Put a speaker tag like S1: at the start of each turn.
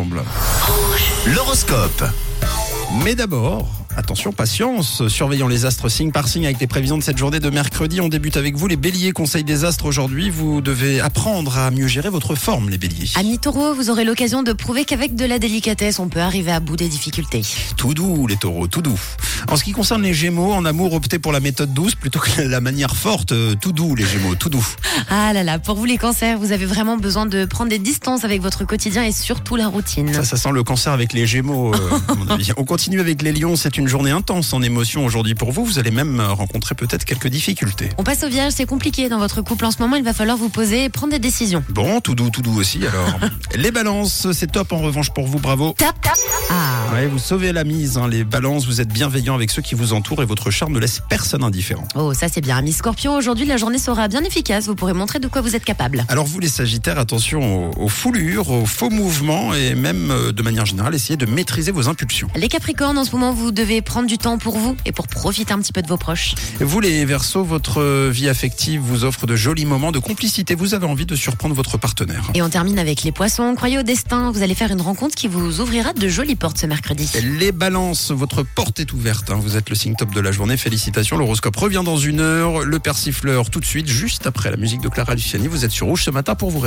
S1: ensemble. L'horoscope. Mais d'abord, attention, patience, surveillons les astres signe par signe avec les prévisions de cette journée de mercredi. On débute avec vous les béliers, conseil des astres aujourd'hui. Vous devez apprendre à mieux gérer votre forme, les béliers.
S2: Amis taureaux, vous aurez l'occasion de prouver qu'avec de la délicatesse, on peut arriver à bout des difficultés.
S1: Tout doux, les taureaux, tout doux. En ce qui concerne les gémeaux, en amour, optez pour la méthode douce plutôt que la manière forte. Euh, Tout doux, les gémeaux, tout doux.
S2: Ah là là, pour vous les cancers, vous avez vraiment besoin de prendre des distances avec votre quotidien et surtout la routine.
S1: Ça, ça sent le cancer avec les Gémeaux. euh, à mon avis. On continue avec les Lions. C'est une journée intense en émotions aujourd'hui pour vous. Vous allez même euh, rencontrer peut-être quelques difficultés.
S2: On passe au vierge, c'est compliqué dans votre couple en ce moment, il va falloir vous poser et prendre des décisions.
S1: Bon, tout doux, tout doux aussi. Alors, les Balances, c'est top en revanche pour vous. Bravo.
S2: Tap, tap. Ah.
S1: Ouais, vous sauvez la mise. hein, les Balances, vous êtes bienveillant avec ceux qui vous entourent et votre charme ne laisse personne indifférent.
S2: Oh, ça c'est bien. Amis scorpions, aujourd'hui la journée sera bien efficace, vous pourrez montrer de quoi vous êtes capable.
S1: Alors vous les Sagittaires, attention aux, aux foulures, aux faux mouvements et même euh, de manière générale, essayez de maîtriser vos impulsions.
S2: Les capricornes, en ce moment, vous devez prendre du temps pour vous et pour profiter un petit peu de vos proches.
S1: Vous les Verseaux, votre euh, vie affective vous offre de jolis moments de complicité. Vous avez envie de surprendre votre partenaire.
S2: Et on termine avec les poissons. Croyez au destin, vous allez faire une rencontre qui vous ouvrira de jolies portes ce mercredi.
S1: Les balances, votre porte est ouverte. hein. Vous êtes le signe top de la journée. Félicitations. L'horoscope revient dans une heure. Le persifleur tout de suite, juste après la musique de Clara Luciani. Vous êtes sur rouge ce matin pour vous réveiller.